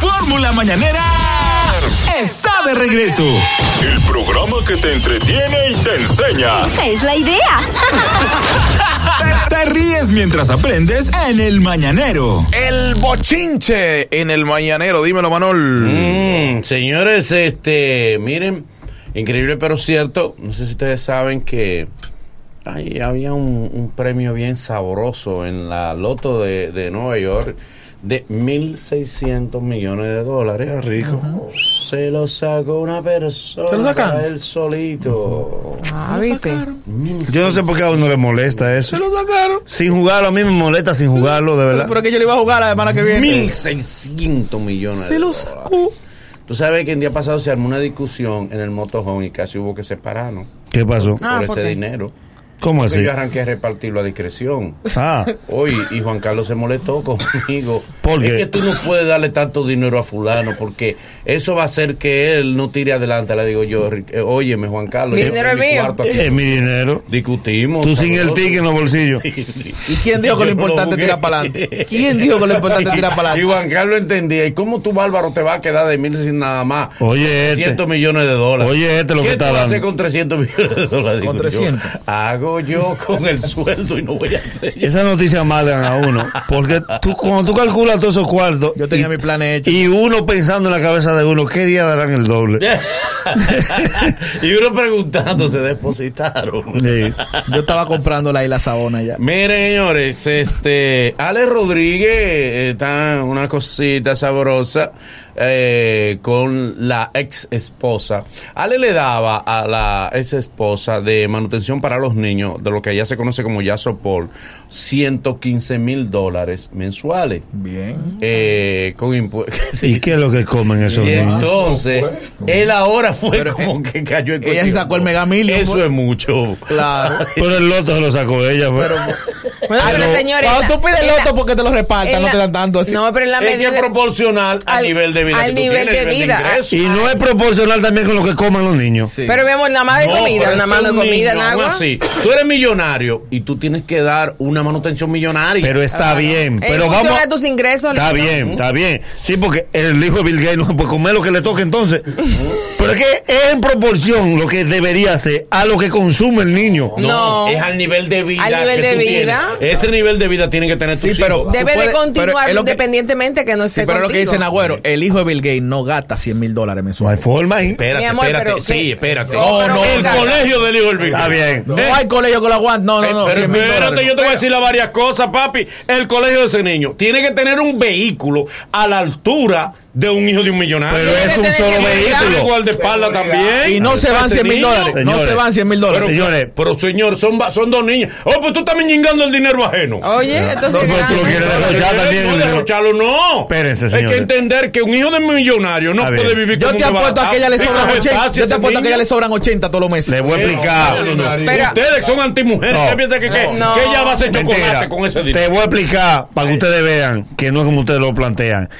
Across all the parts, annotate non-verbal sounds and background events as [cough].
Fórmula Mañanera está de regreso. El programa que te entretiene y te enseña. Esa es la idea. Te, te ríes mientras aprendes en el Mañanero. El bochinche en el Mañanero. Dímelo, Manol. Mm, señores, este, miren, increíble pero cierto, no sé si ustedes saben que ay, había un, un premio bien sabroso en la loto de, de Nueva York de 1.600 millones de dólares. rico. Se lo sacó una persona. ¿Se lo sacan? Él solito. Ah, viste. Yo no sé por qué a uno le molesta eso. lo sacaron. Sin jugarlo, a mí me molesta sin jugarlo, de verdad. Pero es que yo le iba a jugar la semana que viene. 1.600 millones de Se lo dólares. sacó. Tú sabes que el día pasado se armó una discusión en el motojón y casi hubo que separarnos ¿Qué pasó? Ah, por ¿por ese qué? dinero. ¿Cómo Porque así? Pues yo arranqué a repartirlo a discreción. Ah, Hoy, y Juan Carlos se molestó [laughs] conmigo. ¿Por qué? Es que tú no puedes darle tanto dinero a fulano porque eso va a hacer que él no tire adelante. Le digo yo, Ric- eh, óyeme Juan Carlos. Mi yo dinero en es mío. cuarto aquí es mi dinero. Discutimos. Eh, Tú sin el sabroso. ticket en los bolsillos. ¿Y quién dijo que lo Yo no importante es jugué. tirar para adelante? ¿Quién dijo que lo importante [laughs] es tirar para Y adelante? Juan Carlos entendía. ¿Y cómo tu Bárbaro te va a quedar de mil sin nada más? Oye, este. 300 millones de dólares. Oye, este lo que ¿Qué está tú dando. haces con 300 millones de dólares? Digo Con yo, 300. hago yo con el [laughs] sueldo y no voy a hacer. Esa noticia matan a uno. Porque tú, cuando tú calculas todos esos cuartos. Yo tenía y- mi plan hecho. Y uno pensando en la cabeza de uno, ¿qué día darán el doble? [laughs] y uno preguntando, se depositaron. Sí. Yo estaba comprando la isla Sabona ya. Miren, señores, este, Ale Rodríguez eh, está en una cosita sabrosa eh, con la ex esposa. Ale le daba a la ex esposa de manutención para los niños, de lo que allá se conoce como Yaso Paul, 115 mil dólares mensuales. Bien. eh, con impu- [laughs] ¿Y qué es lo que comen esos Y niños? entonces, él ahora fue como que cayó en ella se sacó el Mega Million, Eso fue. es mucho. Claro. Pero el loto se lo sacó ella. pues. fue. Pero, pero, señores, Ah, Cuando tú pides el en la- loto porque te lo repartan, En no la- te dan tanto así. No, pero en la Es que medida. es proporcional al, al- nivel de vida al que tú nivel tienes, de nivel vida. de ingreso. y no es proporcional también con lo que comen los niños. Sí. Pero mi amor, nada más de No, comida, pero nada es más que de un comida en niño, aún agua. así, Tú eres millonario y tú tienes que dar una manutención millonaria. Pero está bien. En Pero función vamos. de tus ingresos, Está no. bien, está bien. Sí, porque el hijo de Bill Gates no se puede comer lo que le toque entonces. Pero es que es en proporción lo que debería ser a lo que consume el niño. No. es al nivel de vida. Al nivel que de tú tienes. vida. Ese nivel de vida tiene que tener tus Sí, pero- hijos. Debe Puede- de pero continuar es lo que- independientemente que no Sí, esté pero lo que dice contigo. Nagüero, el hijo de Bill Gates no gasta 100 mil dólares No hay mensuales. forma ¿eh? ahí. Espérate, Mi amor, espérate. pero sí, que- espérate. No, no, no, el no. colegio del hijo del Bill Está Gates. bien. No hay colegio que lo aguante. No, no, no. pero 100 mil espérate, dólares. yo te voy a decir la varias cosas, papi. El colegio de ese niño tiene que tener un vehículo a la altura de un hijo de un millonario. Pero es un tener solo seguridad. Tiene vehículo. guardaespaldas también. Y no se van Ese 100 mil niño. dólares. No Señores. se van 100 mil Pero, dólares. Señores. pero señor, son, va- son dos niños. Oh, pues tú estás ñingando el dinero ajeno. Ah, Oye, entonces. No, no, tú lo gracias. quieres derrochar Eh, también. No, derrocharlo no. Espérense, Hay señores. que entender que un hijo de millonario no Está puede bien. vivir Yo como te un apuesto a que ella le barata. sobran Fíjate, 80. ese Yo te apuesto a que ella niño- le sobran 80 todos los Le meses. voy a explicar. No, no, no. Pero- Ustedes son antimujeres. No. Ustedes piensan que, que- No. que ella va a hacer chocolate Mentira. con ese Te dinero. voy a explicar para que ustedes vean que no es como ustedes lo plantean.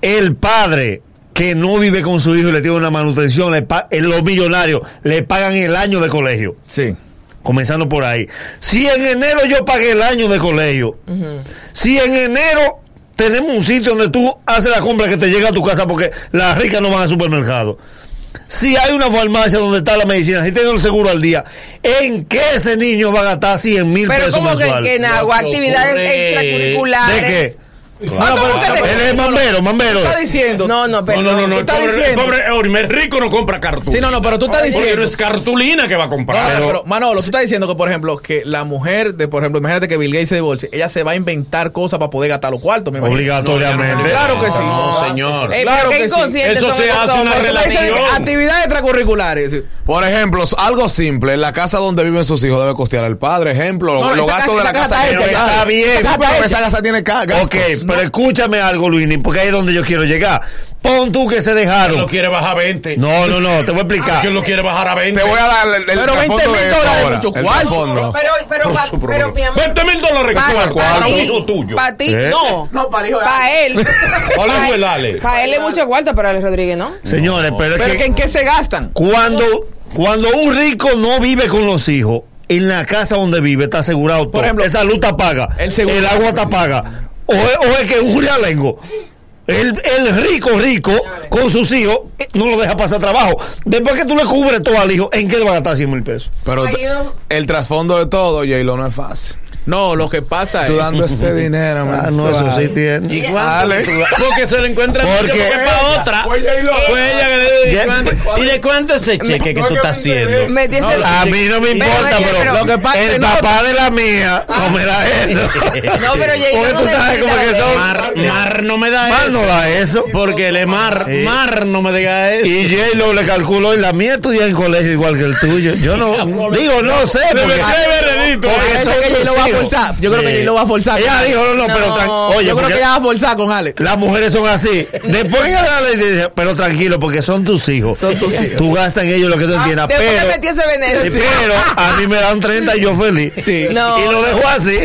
El padre que no vive con su hijo y le tiene una manutención, le pa- eh, los millonarios le pagan el año de colegio. Sí. Comenzando por ahí. Si en enero yo pagué el año de colegio, si en enero tenemos un sitio donde tú haces la compra que te llega a tu casa porque las ricas no van al supermercado. Si hay una farmacia donde está la medicina, si tengo el seguro al día, ¿en qué ese niño va a gastar 100 mil Pero pesos como que, mensuales? que en agua, Loco, actividades corre. extracurriculares. ¿De qué? No, no, pero ¿cómo que espérate. Él es mambero, mambero. Está diciendo. No, no, No, pero. no, no, no. El estás pobre, el diciendo? pobre Eurimel rico no compra cartulina. Sí, no, no, pero tú estás Porque diciendo. no es cartulina que va a No, no, comprar. no, pero Manolo, tú estás diciendo que, por ejemplo, que la mujer de, por ejemplo, imagínate que Bill Gates se divorcie, ella se va a inventar cosas para poder gastar los cuartos, me imagino. Obligatoriamente. Claro que sí. No, señor. Eh, Claro porque que sí. inconscientes Eso somos se los hace una hombres. Pero tú estás diciendo que relación. Actividades extracurriculares. sí. Por ejemplo, algo simple, la casa donde viven sus hijos debe costear el padre, ejemplo, No, los esa gastos de casa- la esa casa. casa está tiene hecha, gastos. está bien. Esa Está casa- hecha. esa casa tiene ca- gastos. Ok, pero escúchame algo, Luini, porque ahí es donde yo quiero llegar. Pon tú que se ¿Quién lo dejaron. quiere bajar a 20? No, no, no, te voy a explicar. ¿Quién Ah, lo quiere bajar a 20? Te voy a dar el, el Pero trasfondo 20 mil de esto dólares, ahora, mucho el cuarto. trasfondo. Pero, pero, pa- Su pero, problema. mi amor. 20 mil dólares que se van a comprar a un hijo tuyo. Para ti, ¿Eh? no. No, para hijo de- Para él. Hola, abuela, Ale. Para él es mucho cuarto, pero Alex Rodríguez no. Señores, pero es Pero que, que en qué se gastan. cuando, cuando un rico no vive con los hijos, en la casa donde vive está asegurado todo. ejemplo, Esa luz te paga. el seguro. agua te paga. O es, o es que es un realengo. El, el rico, rico, con sus hijos, eh, no lo deja pasar trabajo. Después que tú le cubres todo al hijo, ¿en qué le va a gastar 100 mil pesos? Pero Ay, t- yo- el trasfondo de todo, J-Lo, no es fácil. No, lo que pasa Tú es. dando ese dinero, [laughs] Ah, mensual. no, eso sí tiene. ¿Y cuánto? Ale. Porque se lo encuentran Porque- para otra. Fue ella que le Ya- dio. ¿y cuánto? ¿Y de cuánto es ese cheque que tú estás haciendo? Me dice el- A mí no me Pero, importa, oye, pero, pero- Lo que pasa es que el no- papá de la mía no me da eso. No, pero Jay, Porque no tú sabes necesita cómo que de- son. Mar, Mar no me da [laughs] Más Ah, eso. no da eso. Porque le Mar, Sí. Mar no me diga eso. Y J-Lo le calculó y la mía estudia en colegio igual que el tuyo. [laughs] Yo no, digo, no sé. Le Porque, metí el berredito. porque Parece son Ah, que J-Lo tus va a hijos. forzar. Yo creo que J-Lo va a forzar. Ella dijo, no, no, No. pero tran- oye, Yo creo porque que ya vas a forzar con Ale. las mujeres son así. Después que la ley dice, pero tranquilo, porque son tus hijos. Son tus hijos. Tú gastas en ellos lo que tú entiendas. Ah, Después que Pero, metí ese veneno. sí, pero a mí me dan 30 y yo feliz. Sí. No. Y lo dejo [laughs] así.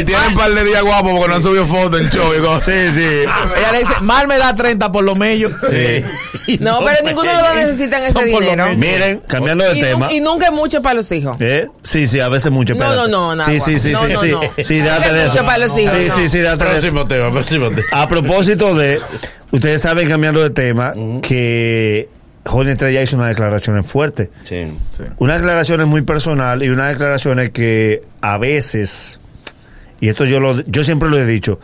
Y tienen un par de días guapos porque no han subido fotos en show y cosas. Sí, sí. [laughs] Ella le dice, mal me da 30 por lo menos. Sí. No, pero ninguno de los dos necesitan ese por lo dinero. menos. Miren, cambiando de Y, nu- tema. y nunca es mucho para los hijos. ¿Eh? Sí, sí, a veces mucho. No, espérate. no, no, Sí, Nagua. sí, sí, No, sí, no, sí. no. Sí, date Mucho de eso. para los hijos, Sí, no. sí, sí, date de eso. Próximo tema, próximo tema. A propósito de, ustedes saben, cambiando de tema, que Jorge Estrella hizo unas declaraciones fuertes. Sí, sí. Unas declaraciones muy personal y unas declaraciones que a veces, y esto yo lo, yo siempre lo he dicho,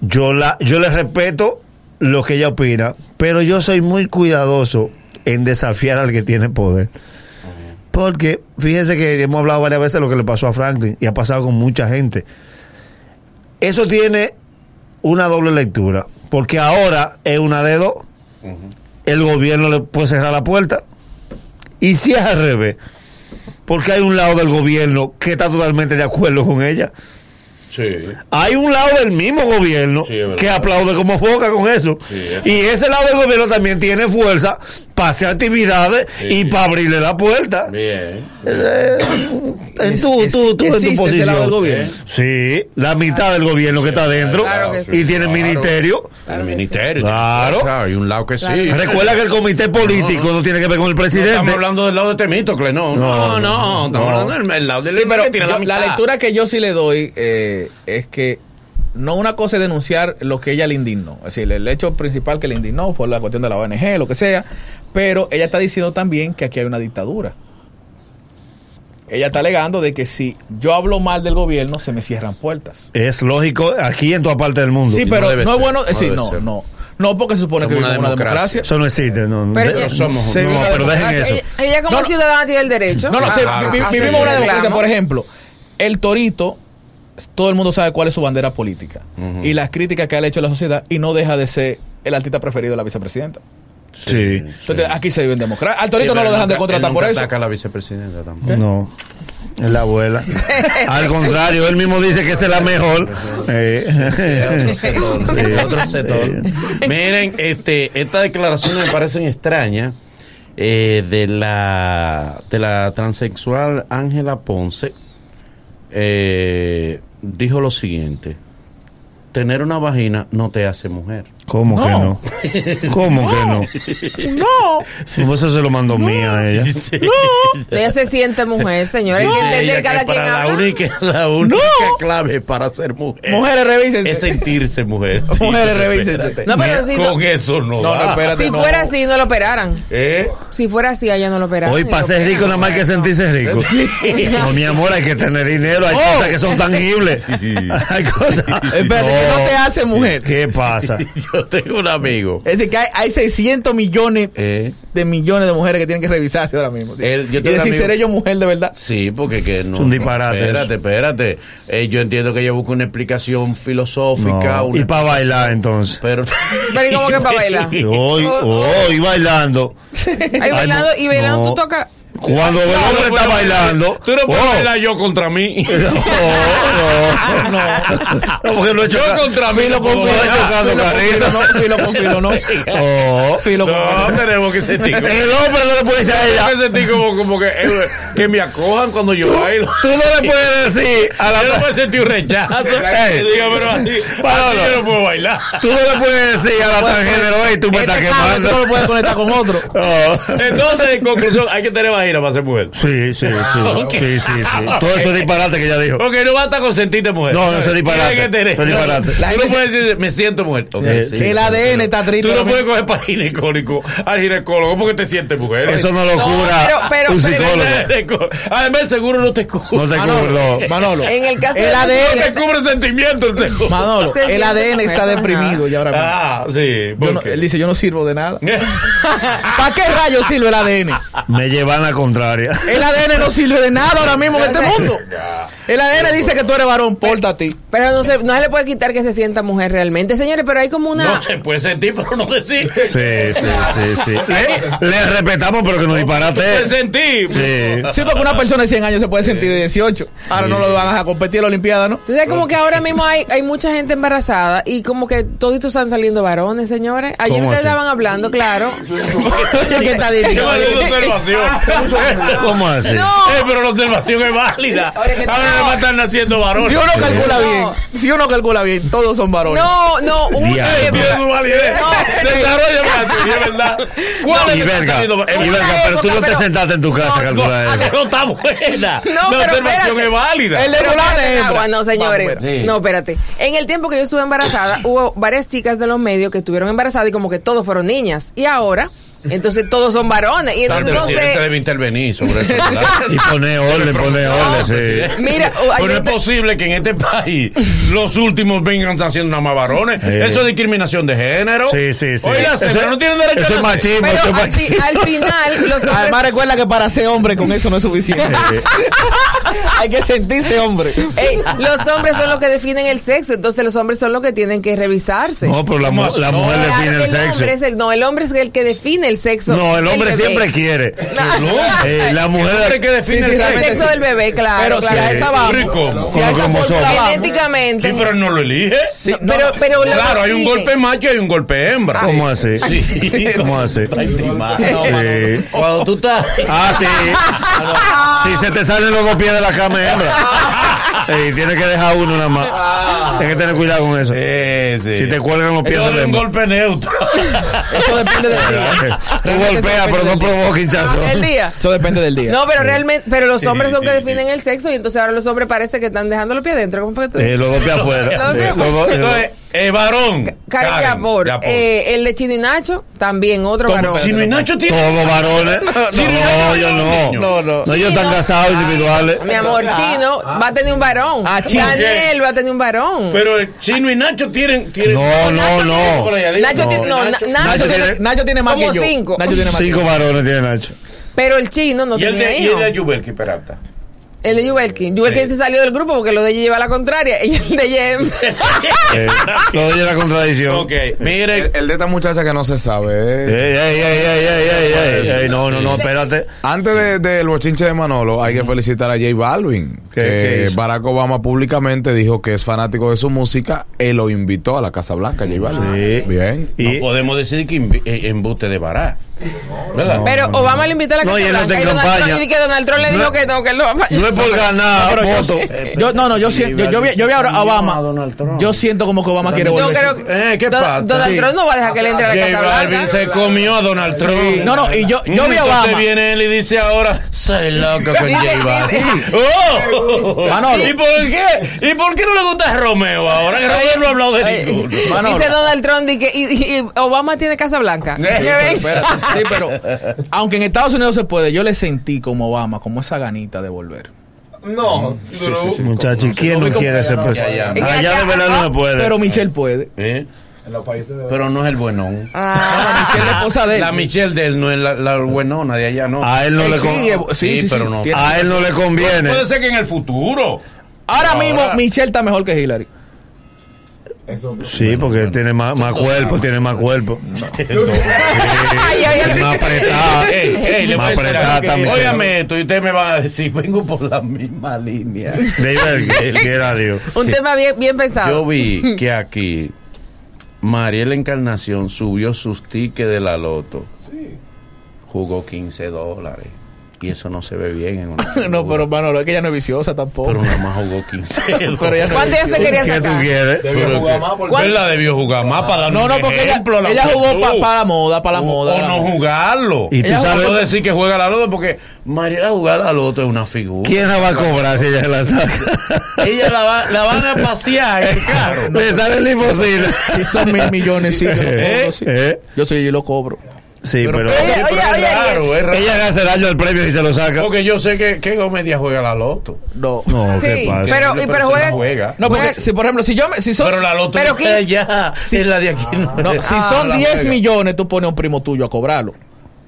yo la, yo le respeto lo que ella opina, pero yo soy muy cuidadoso en desafiar al que tiene poder. Porque fíjense que hemos hablado varias veces de lo que le pasó a Franklin y ha pasado con mucha gente. Eso tiene una doble lectura, porque ahora es una de dos. El gobierno le puede cerrar la puerta. Y si es al revés, porque hay un lado del gobierno que está totalmente de acuerdo con ella. Sí. Hay un lado del mismo gobierno Sí, es verdad. que aplaude como foca con eso. Sí, es. y ese lado del gobierno también tiene fuerza para hacer actividades Sí. y para abrirle la puerta. Bien. Eh, en tu, Es- tú, tú, en tu existe ese lado del posición. gobierno. Sí, la mitad del gobierno que está adentro Claro que sí. y tiene ministerio. el ministerio. Claro. Hay un lado que sí. Recuerda que el comité político no, tiene que ver con el No presidente. estamos hablando del lado de Temístocle, no. No, no, estamos hablando del del lado del Sí, pero que tiene yo- la, mitad. lectura que yo sí le doy eh, es que no una cosa es denunciar lo que ella le indignó. Es decir, el hecho principal que le indignó fue la cuestión de la ONG, lo que sea. Pero ella está diciendo también que aquí hay una dictadura. Ella está alegando de que si yo hablo mal del gobierno, se me cierran puertas. Es lógico aquí en toda parte del mundo. Sí, no pero debe no es ser, bueno. no Es decir, debe no, ser. no. No, porque se supone Somos que vivimos una en una democracia. democracia. Eso no existe, no. Pero De- ya- somos- no, vive la pero dejen democracia. eso. Ella, ella como No, no. ciudadana tiene el derecho. No, no, a- sí, Claro. vi- vi- a hacer vivimos su una democracia. reclamo. Por [laughs] ejemplo, el Torito, todo el mundo sabe cuál es su bandera política y las críticas que ha hecho a la sociedad y no deja de ser el artista preferido de la vicepresidenta. Sí. Entonces, aquí se vive en democracia. Al Sí, Torito no pero lo dejan de nunca- contratar él por nunca eso. ataca a la vicepresidenta tampoco. No. Es la [laughs] abuela. Al contrario, él mismo dice que esa es la mejor. [laughs] Eh. Sí. Eh, Otro sector. Miren, este, estas declaraciones me parecen extrañas eh, de la de la transexual Ángela Ponce. eh, dijo lo siguiente: tener una vagina no te hace [laughs] mujer. ¿Cómo No. que no? ¿Cómo que no? No. Eso se lo mandó mía a ella. Ella se siente mujer, señor. Hay que Dice entender ella cada que quien para la habla. única, la única clave para ser mujer. Mujeres, revísense. es sentirse [laughs] mujer. Mujeres, pero revísense. espérate. No, pero si no- Con eso no, No, no, da. espérate. Si no. fuera así, no lo operaran. ¿Eh? [laughs] Si fuera así, allá no lo operaran. Hoy Ni para lo ser rico nada operan, más o hay que sea, sentirse rico. No, mi amor, hay que tener dinero. Hay cosas que son tangibles. Hay cosas. Oh. Espérate, que no te hace mujer. ¿Qué pasa? Yo tengo un amigo. Es decir, que hay, hay 600 millones ¿Eh? de millones de mujeres que tienen que revisarse ahora mismo. tío. El- yo y tengo un decir, amigo- ¿seré yo mujer de verdad? Sí, porque que no. Es un disparate Espérate, eso. espérate. Eh, yo entiendo que ella busca una explicación filosófica. No. una- Y para bailar entonces. Pero. Pero ¿y cómo que [laughs] para bailar? Hoy, hoy bailando. Ahí bailando, Ay, no. y bailando No. tú tocas. Cuando el No, no hombre está puedo bailando. Tú no puedes oh, bailar yo contra mí. No, no. No, porque no he hecho Yo ca- contra mí Filo no con puedo filo, bailar. chocando, Filo con carrito. filo, no. Filo con [laughs] filo, no. Oh. Filo con filo. No, tenemos que [laughs] sentir. como- El hombre no le puede decir a ella. Tenemos que sentir como, como que, eh, que me acojan cuando yo bailo. Tú no le puedes decir a la Yo no puedo sentir un rechazo. Ey. Que diga, pero así, así Manolo. yo no puedo bailar. Tú no le puedes decir a la transgénero, "Ey, tú me Este estás cable, tú no quemando. lo puedes conectar con otro. Oh. Entonces, en conclusión, hay que tener Pereira para ser mujer. Sí, sí, sí. ok. Sí, sí, sí. Todo eso es disparate que ella dijo. Porque no basta con sentirte mujer. No, no, eso es disparate. Tienes que tener- Eso es disparate. Tú La no gente puedes decir, me siento mujer. Ok, Eh, sí. sí. el ADN está triste. Tú no también. puedes coger para ginecólogo, al ginecólogo porque te sientes mujer. Eso no lo No, cura pero- pero- un pero- psicólogo. [laughs] Además, el seguro no te cubre. No te Manolo, cubre. no. Manolo, En el caso de- el No te ADN, cubre el sentimiento el seguro. Manolo, Se el siente ADN está mejor, deprimido ya ahora mismo. Ah, sí. Yo no- porque- él dice, yo no sirvo de nada. ¿Para qué rayos sirve el ADN? Me llevan la contraria. El ADN no sirve de nada ahora mismo en este mundo. El ADN dice que tú eres varón, pórtate. Pero no se, no se le puede quitar que se sienta mujer realmente, señores, pero hay como una... [laughs] No se puede sentir, pero no decir. Sí, sí, sí, sí. Le, le respetamos, pero que nos disparate. Puedes sentir. Sí. Siento que una persona de 100 años se puede sentir de 18. Ahora no lo van a competir en la Olimpiada, ¿no? Entonces, como que ahora mismo hay, hay mucha gente embarazada y como que toditos están saliendo varones, señores. Ayer ¿Cómo ustedes así? estaban [laughs] hablando, claro. [laughs] Oye, ¿qué Qué [laughs] estadística? válida observación. ¿Cómo así? No. [laughs] Eh, pero la observación es válida. Ah, Oye, que- Ahora nada más están naciendo Si varones. uno calcula No. bien, si uno calcula bien, todos son varones. No, no, un... Diablo. Tiene su validez. [laughs] No. Desarrolla para ti, es verdad. ¿Cuál es Y que está verga, saliendo? y Eh, verga, pero tú no te pero- sentaste en tu casa a No, calcular ah, eso. que no está buena. [laughs] No, la pero observación espérate. es válida. El de fulano es hembra. Agua, no, señores. Vamos, pues. Sí. No, espérate. En el tiempo que yo estuve [laughs] embarazada, hubo varias chicas de los medios que estuvieron embarazadas y como que todos fueron niñas. Y ahora, entonces todos son varones. Y entonces no sé. debe intervenir sobre eso. Y pone orden, pone orden, sí. Mira, oh, o- pero ayer es te- posible que en este país los últimos vengan haciendo nada más varones. Sí. Eso es discriminación de género. Sí, sí, sí. Oiga, Eso- pero no tienen derecho eso a es nacer. machismo, eso es Pero al, fi- machismo. al final, los hombres- Además, recuerda que para ser hombre con eso no es suficiente. Hay que sentirse hombre. [laughs] Ey, los hombres son los que definen el sexo, entonces los hombres son los que tienen que revisarse. No, pero la, mu- la No, mujer Claro, define el sexo. hombre es el- no, el hombre es el que define el sexo. No, el hombre del siempre [laughs] bebé. quiere. No. Eh, la El hombre que mujer. define Sí, sí, el El realmente sexo. sexo del bebé, claro. Pero si claro. a esa Rico. vamos, si a Como esa fórmula como somos. vamos, Genéticamente. Sí, pero él no lo elige. sí, no, pero, no. pero lo Claro, hay un define. golpe macho y hay un golpe hembra. ¿Cómo así? Sí. ¿Cómo así? No, Manolo. Sí. Cuando tú estás. Ah, sí. Ah, Si se te salen los dos pies de la cama, es hembra. Y tienes que dejar uno nada más. Tienes que tener cuidado con eso. Eh, sí. Si te cuelgan los pies Eso de es un golpe neutro. eso depende [laughs] del día. Tú golpeas, pero no provoca hinchazo. El día. Eso depende del día. No, pero realmente, pero los hombres son sí, que sí. definen el sexo y entonces ahora los hombres parece que están dejando los pies adentro. ¿Cómo fue que tú? Eh, los dos pies afuera. Los Sí, pies los dos- Entonces, eh, varón. Karen Karen Yapor, Yapor. eh, el de Chino y Nacho, también otro varón. Chino y Nacho tienen. Todos varones. No, yo no. No, no. No, ellos están Chino. casados Ay, individuales. [laughs] Mi amor, Ah, Chino va a tener un varón. Ah, Chino, Daniel va a tener un varón. Pero el Chino y Nacho tienen. tienen No, no, Nacho no. tiene- Nacho No, tiene, no, Nacho- Na- Nacho, Nacho tiene, tiene- Nacho tiene más como que yo. cinco. Nacho tiene más que Cinco yo. varones tiene Nacho. pero el chino no Y el tenía de, y hijos. el de Yubelki Peralta. El de Yubelkin. Yubelkin Sí. se salió del grupo porque lo de ella lleva la contraria. Y el de ella. [laughs] Eh, Lo de ella es la [laughs] contradicción. ok, mire. El, el de esta muchacha que no se sabe. Ey, eh. ey, ey, ey, ey, ey, ey, ey, No, no, no, espérate. Antes de- del bochinche de Manolo, hay que felicitar a J Balvin. ¿Qué- que qué hizo? Barack Obama públicamente dijo que es fanático de su música. Él lo invitó a la Casa Blanca, J Balvin. Sí. Bien. Y- no podemos decir que invi- eh, embuste de Bará. ¿Verdad? [laughs] Pero Obama le invitó a la No, y él no te y Donald acompaña. Trump, y que Donald Trump le dijo que no, que él lo acompaña. No es por ganar voto. Yo, no, no, yo siento, yo, yo, vi- yo vi ahora a Obama. Yo siento como que Obama quiere Yo volver. creo que Eh, ¿qué Don- pasa? Donald Sí. Trump no va a dejar que le entre a la J Casa Blanca. Balvin se comió a Donald Trump. No, no, y yo, yo vi Entonces a Obama. viene él y dice ahora, soy loco con Dice- J Balvin. dice- ¡Oh! [laughs] Manolo. ¿Y por qué? ¿Y por qué no le gusta Romeo ahora? Que Romeo no ha hablado de ninguno. Manolo. Dice Donald Trump di que, y, y Obama tiene Casa Blanca. Sí, pero [laughs] espérate. Sí, pero aunque en Estados Unidos se puede, yo le sentí como Obama, como esa ganita de volver. No, Muchachos, ¿y ¿quién no quiere ser presidente? allá. Allá de verdad no se puede. Pero Michelle puede. ¿Eh? Pero no es el buenón. Ah. No, la Michelle es la esposa de él. Ah, La Michelle de él no es la, la buenona de allá, no. A él no Eh, le sí, con- eh, sí, Sí, sí, sí, pero no. tiene- a él no le conviene. Puede ser que en el futuro. Ahora mismo Michelle está mejor que Hillary. [laughs] Sí, porque tiene más, más cuerpo, tiene más cuerpo. Ay, ay, ay. Más apretada. Ey, ey, [laughs] le voy a más decir apretada algo. también. Óigame esto y usted me va a decir, [laughs] vengo por la misma línea. De Iber, que- que era Dios. Un tema bien, bien pensado. Yo [laughs] vi que aquí Mariela Encarnación subió sus tickets de la loto. Jugó 15 dólares. Y eso no se ve bien en una. [laughs] No, pero Manolo, es que ella no es viciosa tampoco. Pero nada más [laughs] jugó 15. Pero ella no es ¿Cuánto ya viciosa. se quería ¿Qué tú sacar? quieres? Debió Pero jugar que- más porque- Él la debió jugar más para dar No, no, porque ella, ejemplo a la ella jugó juventud. para la moda, para la moda. o la no moda. jugarlo. Y tú Ella sabes- no decir que juega la loto porque Mariela jugar la loto es una figura. ¿Quién la va a cobrar si ella la saca? Ella la, va- la van a pasear [laughs] en el carro. Le sale el linfocina. Si son mil millones, sí, yo [laughs] lo ¿Eh? cobro. sí. ¿Eh? Yo soy y lo cobro. Sí, pero. Oye, Sí, pero oye, es oye, raro, Ariel. es raro. Ella gana el daño al premio y se lo saca. Porque yo sé que, que Gomedia juega la loto. No. No, No, ¿qué Sí, pasa? pero, y, Pero pero se la juega. juega. porque Bueno. si por ejemplo, si yo me, si son Pero la loto Pero que- es ya. es la de aquí. No, No, si Ah, son la 10 juega. millones, tú pones a un primo tuyo a cobrarlo.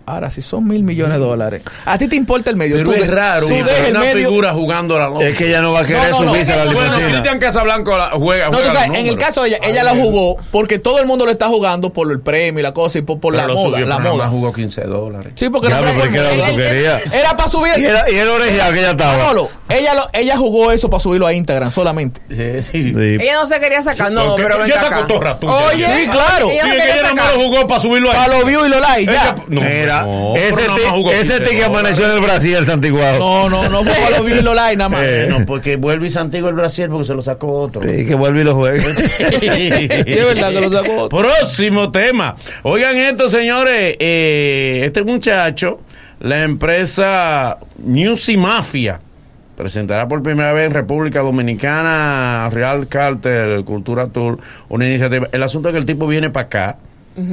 Ahora, si son mil millones de dólares, a ti te importa el medio. Mm. Pero tú es de- raro. tú sí, dejas pero el una medio. figura jugando la loto. Es que ella no va a No, querer no, no. subirse a la bueno, limusina. Cristian Casablanco la juega. No, tú juega los sabes, en el números. caso de ella, ella la jugó porque todo el mundo lo está jugando por el premio y la cosa y por, por la Pero lo moda. subió, La pero nada moda. más jugó 15 dólares. Sí, porque la- Ya, pero porque era lo que tú era, querías. para subir. Y era, y era original que ella estaba. Manolo, ella, lo- ella jugó eso para subirlo a [laughs] Instagram solamente. Sí, sí. Sí. Ella no se quería sacar, no, Porque pero ven ya esa acá. cotorra tuya. Oye, Sí, claro. Ella Sí, es no que quería ella no sacar. lo jugó para subirlo ahí. Para los views y los likes, ya. No, Mira, no, ese, pero nada ti- más jugó ese 15 tique amaneció en el Brasil, el Santiguado. No, no, no fue para los views y los likes nada [laughs] más. Eh. Bueno, porque vuelve y Santiago el Brasil porque se lo sacó otro. Sí, que vuelve y lo juegue. [laughs] Es verdad que lo sacó otro. Próximo tema. Oigan esto, señores. Eh, este muchacho, la empresa Music Mafia, presentará por primera vez en República Dominicana Real Cartel Cultura Tour, una iniciativa. El asunto es que el tipo viene para acá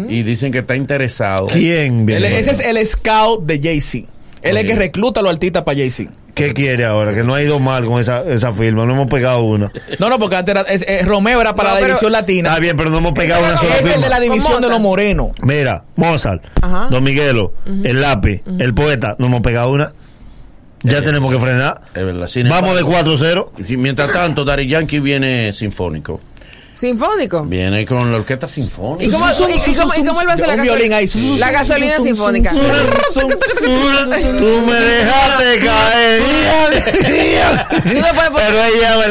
y dicen que está interesado. ¿Quién Él- viene? ese es el scout de Jay-Z. Él es el que recluta a los artistas para Jay-Z. ¿Qué quiere ahora? Que no ha ido mal con esa, esa firma. No hemos pegado una. No, no, porque antes era, es- es- Romeo era para No, la pero- división latina. eh. Está bien, pero no hemos pegado una Pero Él sola es el firma. de la división Mozart. de los morenos. Mira, Mozart, Ajá. Don Miguelo, el lápiz, el poeta. No hemos pegado una. Ya tenemos que frenar. Es verdad. Sin Vamos de embargo, 4-0. Sí, Mientras tanto, Dari Yankee viene sinfónico. Sinfónico. Viene con la orquesta sinfónica. ¿Y cómo, y- y cómo- y cómo él va a hacer la Un violín gasolina? ahí. La gasolina sinfónica. Tú me dejaste caer. le puedes poner- Pero ella me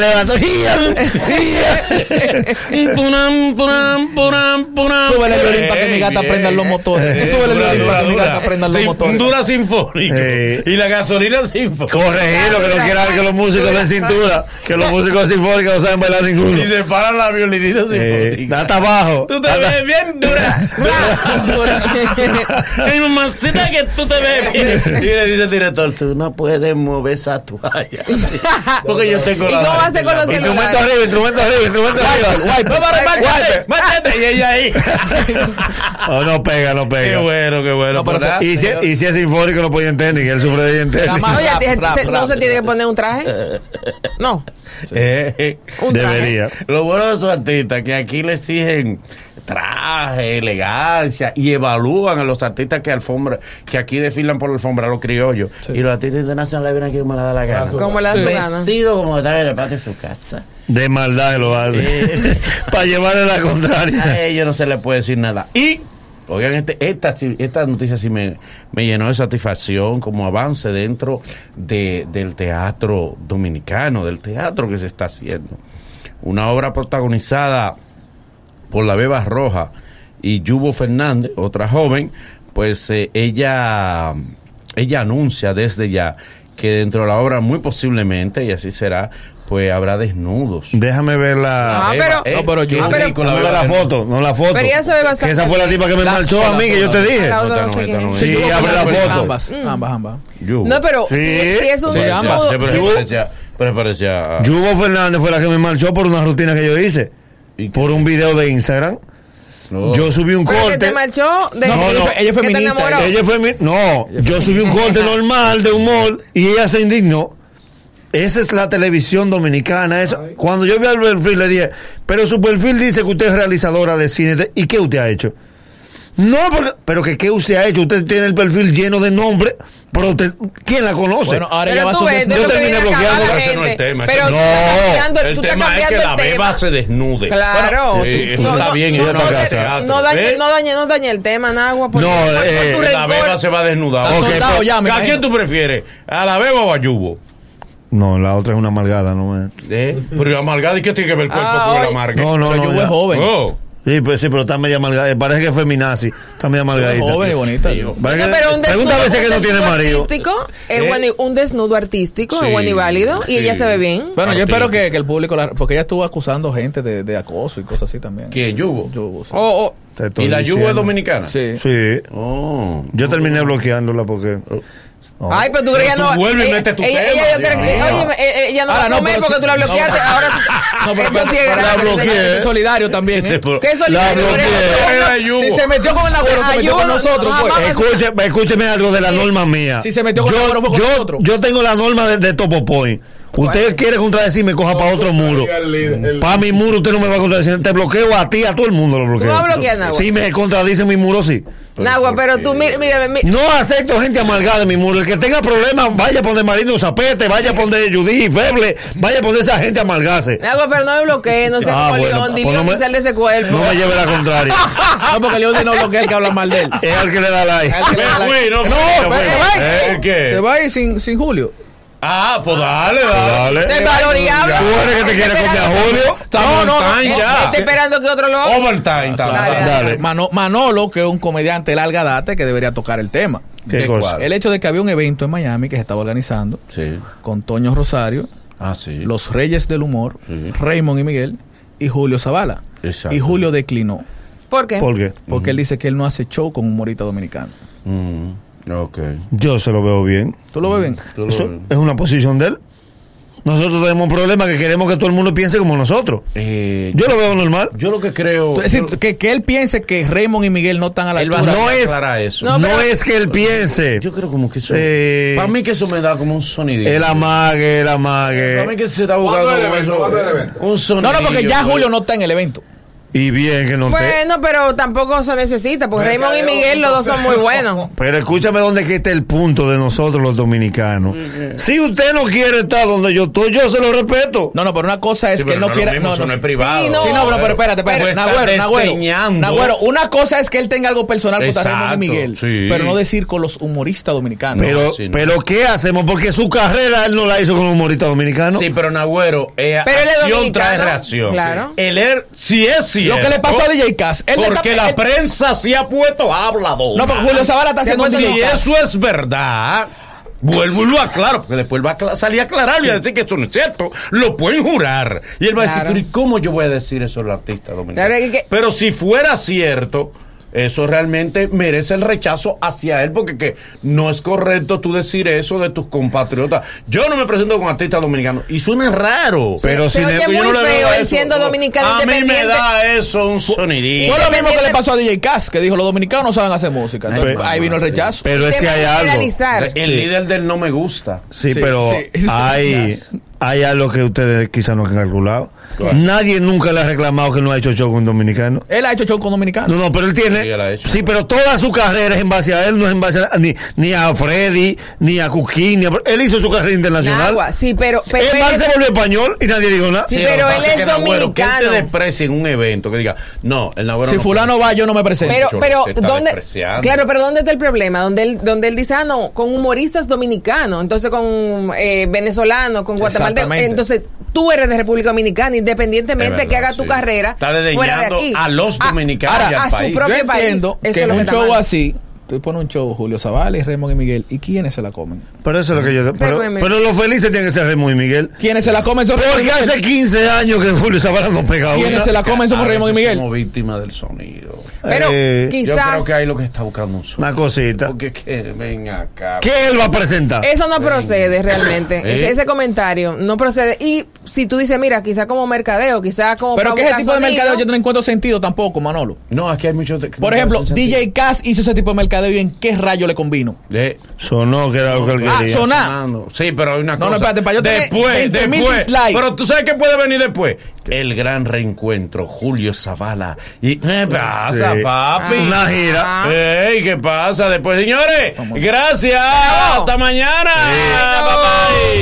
levantó. Puram, puram, puram, puram. Súbele el violín para que Ey, mi gata bien. prenda los motores. Eh, Súbele el dura, violín dura, para que mi dura. gata prenda los Sí, motores. Dura sinfónica. Eh. Y la gasolina sinfónica. Corregirlo, que no quieran que los músicos den cintura. Que los músicos sinfónicos no saben bailar ninguno. Y se paran la violinita Eh, sinfónica. hasta abajo. Tú te Hasta- ves bien dura. [laughs] [laughs] Ay, mamacita, que tú te ves [laughs] bien. Y le dice el director, tú no puedes mover esa toalla. Porque yo tengo ¿Y la... cómo va a hacer con los Instrumento celulares? arriba, instrumento arriba, instrumento arriba. Vamos, machete, machete. Y ella [laughs] ahí. Oh, no pega, no Qué pega. bueno, qué bueno. No, pero ¿verdad? Y si, y si es sinfónico, no puede entender, que él sufre de entender. Jamás. Oye, Rap, ¿se- rap, se- ¿no rap, se tiene que rap. poner un traje? No, Eh, un traje. Debería. Lo bueno de esos artistas que aquí le exigen traje, elegancia y evalúan a los artistas que alfombra, que aquí desfilan por la alfombra, los criollos. Y los artistas internacionales vienen aquí como le da la gana. Como le da su gana. Vestido como están en el patio de su casa. De maldad que lo hace. [laughs] Para llevarle la A contraria. ellos no se les puede decir nada. Y, oigan, este, esta, sí- esta noticia sí me, me llenó de satisfacción como avance dentro de- del teatro dominicano, del teatro que se está haciendo. Una obra protagonizada por la Beba Roja y Yubo Fernández, otra joven, pues eh, ella, ella anuncia desde ya que dentro de la obra muy posiblemente, y así será, pues habrá desnudos. Déjame ver Ah, la, pero- eh, No, pero qué yo- ah, Déjame pero- rico, ver Beba la desnuda. foto, no la foto. Pero ya se ve Que bastante esa fue la tipa que me Las marchó a colas, mí, que yo te las dije. La otra no Esta sé no, quién esta no. es. Sí, yo creo abre que la ambas, foto. Ambas, Mm. ambas, ambas. Yugo. No, pero Sí. si, si es un Sí, ambas, desnudo- Sí, pero si- se parecía- pero parecía- Yugo Fernández fue la que me marchó por una rutina que yo hice. ¿Y qué? Oh. Por un video de Instagram. No. Yo subí un pero que te corte. marchó de No, no, ella es que te feminista, enamoró. Ella fue mi- No, yo subí un corte normal de humor y ella se indignó. Esa es la televisión dominicana. eso. Cuando yo vi al perfil le dije, pero su perfil dice que usted es realizadora de cine. ¿Y qué usted ha hecho? No, porque- pero que qué usted ha hecho. Usted tiene el perfil lleno de nombres, pero usted- ¿quién la conoce? Bueno, ah. ahora ella Pero va a tú ves, subir. de Yo lo que terminé viene acá bloqueando. la Ese no es el gente. tema, Pero ese tú no estás cambiando El tú estás tema es que cambiando la el tema. beba se desnude. Claro. Sí, tú- eso está bien, eh, No, ella no, está no, casada. te- Teatro, no dañe, ¿eh? no dañe, no dañe el tema, Nagua. por- No, por- por eh, tu La rencor. beba se va desnudada. Está Ok, soldado pues, ya, me ¿A imagino. quién tú prefieres? ¿A la beba o a Yubo? No, la otra es una amargada, no me- ¿Eh? Pero amalgada, ¿y qué tiene que ver el cuerpo Ah, con la hoy- marca? No, no, Pero no. yo ya. es joven. Oh, Sí, pues sí, pero está media malgadita. Parece que es feminazi. Está media malgadita. Joven y bonita. yo. Parece que- pero un Pregunta a desnudo- veces que un no tiene desnudo marido. artístico es ¿Eh? bueno y- un desnudo artístico Sí, es bueno y válido y ella sí. se ve bien. Bueno, yo Artístico. espero que, que el público, la- porque ella estuvo acusando gente de, de acoso y cosas así también. ¿Quién? ¿Yugo? Yugo, sí. O, o- Te estoy ¿Y la diciendo. Yugo es dominicana? Sí. Sí. Oh. Yo terminé bloqueándola porque. No. ay, pero tú crees que tú no. vuelves y ella- metes tu ella- tema, ella- Dios yo creo que- mío. oye, eh, eh, ella no va Ahora a no, comer pero porque sí- tú la bloqueaste. no, ahora tú- [laughs] No, pero, Esto sí es pero- grave, pero- señor. es solidario también. ¿eh? pero- ¿Qué es la solidario? bloqueé. Era Yugo. Si se metió con el agüero, se metió con Ayúdanos, nosotros. pues. jamás. Escúcheme, escúcheme algo de la norma mía. Si se metió con yo, la mano, fue con yo, nosotros. yo tengo la norma de, de Topo Point. Usted quiere contradecirme, coja para otro muro. Para mi muro usted no me va a contradecir. Te bloqueo a ti, a todo el mundo lo bloqueo. vas a bloquear, Nagua? Si me contradice mi muro, sí. [laughs] Nagua, pero tú, mira, mira, mi- No acepto gente amargada en mi muro. El que tenga problemas, vaya a poner Marino Zapete, vaya a poner Judy Feble, vaya a poner esa gente a amargarse. Nagua, pero no me bloquees, no seas Ah, como bueno, León, pues no dile que me- sale ese cuerpo. No me lleve la contraria. No, porque León no bloquea el que habla mal [laughs] de él. es al que le da like. Al que Ah, le da la- Fui, no, No, fui, pero- fui. pero- ¿Por qué? Te va a ir sin, sin Julio. Ah, pues dale, dale. Dale. Te valoriable. Tú eres que te quiere comer a Julio. Está Él- montaña él ya. Oh, Está esperando que otro lo Overtime Dale, también. dale. Dale. Mano- Manolo, que es un comediante de larga data que debería tocar el tema. ¿Qué ¿De cosa? cuál? El hecho de que había un evento en Miami que se estaba organizando Sí. con Toño Rosario, Ah, sí. los Reyes del Humor, Sí. Raymond y Miguel, y Julio Zavala. Exacto. Y Julio declinó, ¿Por qué? ¿Por qué? porque él dice que él no hace show con humorista dominicano. Mm, ok. Yo se lo veo bien. ¿Tú lo ves bien? Tú lo Eso ves. es una posición de él. Nosotros tenemos un problema que queremos que todo el mundo piense como nosotros. Eh, yo, Yo lo veo normal. lo que creo. Es decir, que, que él piense que Raymond y Miguel no están a la él va altura. a No es- aclarar eso. No, No, pero- es que él piense. Yo creo como que eso. Eh, para mí que eso me da como un sonidito. El amague, el para mí amague. que se está buscando ¿Cuándo el como evento? eso, ¿Cuándo el evento? un pues. sonido. No, no, porque ya Julio no está en el evento. Y bien que no te. Bueno, pero tampoco se necesita, porque Raymond y Miguel los dos son muy buenos. Pero escúchame dónde es que está el punto de nosotros los dominicanos. Si usted no quiere estar donde yo estoy, yo se lo respeto. No, no, pero una cosa es Sí, pero que él no no es lo quiere. mismo, No, eso no, no es sí. privado. Sí, no, Pero- no, pero, pero espérate, pero espérate. está Nagüero, Nagüero. desdeñando. Nagüero, una cosa es que él tenga algo personal con Exacto, Raymond y Miguel, sí. pero no decir con los humoristas dominicanos. Pero, sí, no. pero ¿qué hacemos? Porque su carrera él no la hizo con un humorista dominicano. Sí, pero Nagüero, eh, Pero él es acción dominicano. trae reacción. Claro. El er, si es cierto. lo que le pasó a DJ Cass, él le Porque está- la él- prensa se ha puesto habladora. No, porque Julio Zavala está haciendo Si DJ Cass. eso es verdad, vuelvo y lo aclaro, porque después va a cla- salir a aclararlo y a decir que eso no es cierto. Lo pueden jurar. Y él va a decir, Claro. pero ¿y cómo yo voy a decir eso al artista dominicano? Claro, y que- Pero si fuera cierto. Eso realmente merece el rechazo hacia él, porque que no es correcto tú decir eso de tus compatriotas. Yo no me presento con artistas dominicanos y suena raro. Pero se sin oye embargo, muy yo no le feo veo él eso. siendo dominicano A mí me independiente. da eso un sonidito. Fue lo mismo que le Independiente- pasó a DJ Cass, que dijo los dominicanos no saben hacer música. Entonces, Pero- ahí vino el rechazo. Pero es Te que van hay a algo. viralizar. El Sí. líder del no me gusta. Sí, Sí, pero sí. hay, hay algo que ustedes quizás no han calculado. Nadie nunca le ha reclamado que no ha hecho show con dominicano. Él ha hecho show con dominicanos. No, no, pero él Sí, él ha tiene. hecho. Sí, pero toda su carrera es en base a él, no es en base a, ni, ni a Freddy, ni a Cuquín. ni a- él hizo su carrera internacional. Nagua, sí, pero... pero- el mal se volvió español y nadie dijo nada. Sí, pero lo que él pasa es que el Nagüero, que él dominicano. te desprecie en un evento que diga, no, el Nagüero Si no fulano va, yo no me presento. Pero, Yo pero, te está ¿dónde? despreciando. Claro, pero ¿dónde está el problema? Donde él, donde él dice, ah, no, con humoristas dominicanos, entonces con eh, venezolanos, con guatemaltecos. Exactamente. Entonces tú eres de República Dominicana, independientemente Es verdad, que haga tu sí. carrera Está fuera de desdeñando aquí. a los dominicanos Ahora, y al a país. su propio yo país. entiendo Eso que es en lo un está show mal. así, tú pones un show, Julio Zavala y Raymond y Miguel, ¿y quiénes se la comen? Pero eso es lo que yo. Pero, Recuérdeme. pero los felices tienen que ser Remo y Miguel. ¿Quiénes se la comen? Son Raymond y Porque Miguel. hace 15 años que Julio Zavala no pega ¿Quiénes una. se la comen? Somos A Raymond y veces Miguel. Somos víctimas del sonido. Pero Eh, Yo quizás creo que ahí lo que está buscando un sonido. Una cosita. Porque es que ven acá. ¿Qué él va a presentar? eso no [laughs] procede realmente. ¿Eh? Ese, ese comentario no procede. Y si tú dices, mira, quizás como mercadeo, quizás como. Pero para que ese tipo buscar de mercadeo yo sonido. no encuentro sentido tampoco, Manolo. No, aquí hay muchos. Por ejemplo, DJ Cass hizo ese tipo de mercadeo y en qué rayo le convino. Eh, Sonó que era lo que él Ah, quería. sonó. Sí, pero hay una No, no, cosa. espérate, para yo tener después, 20.000 después. dislikes. Pero tú sabes qué puede venir después. El gran reencuentro, Julio Zavala. ¿Y eh, qué pasa, Sí. papi? Una gira. Ah. Ey, ¿qué pasa después, señores? Gracias. Hasta mañana. Ay, no. Bye, bye.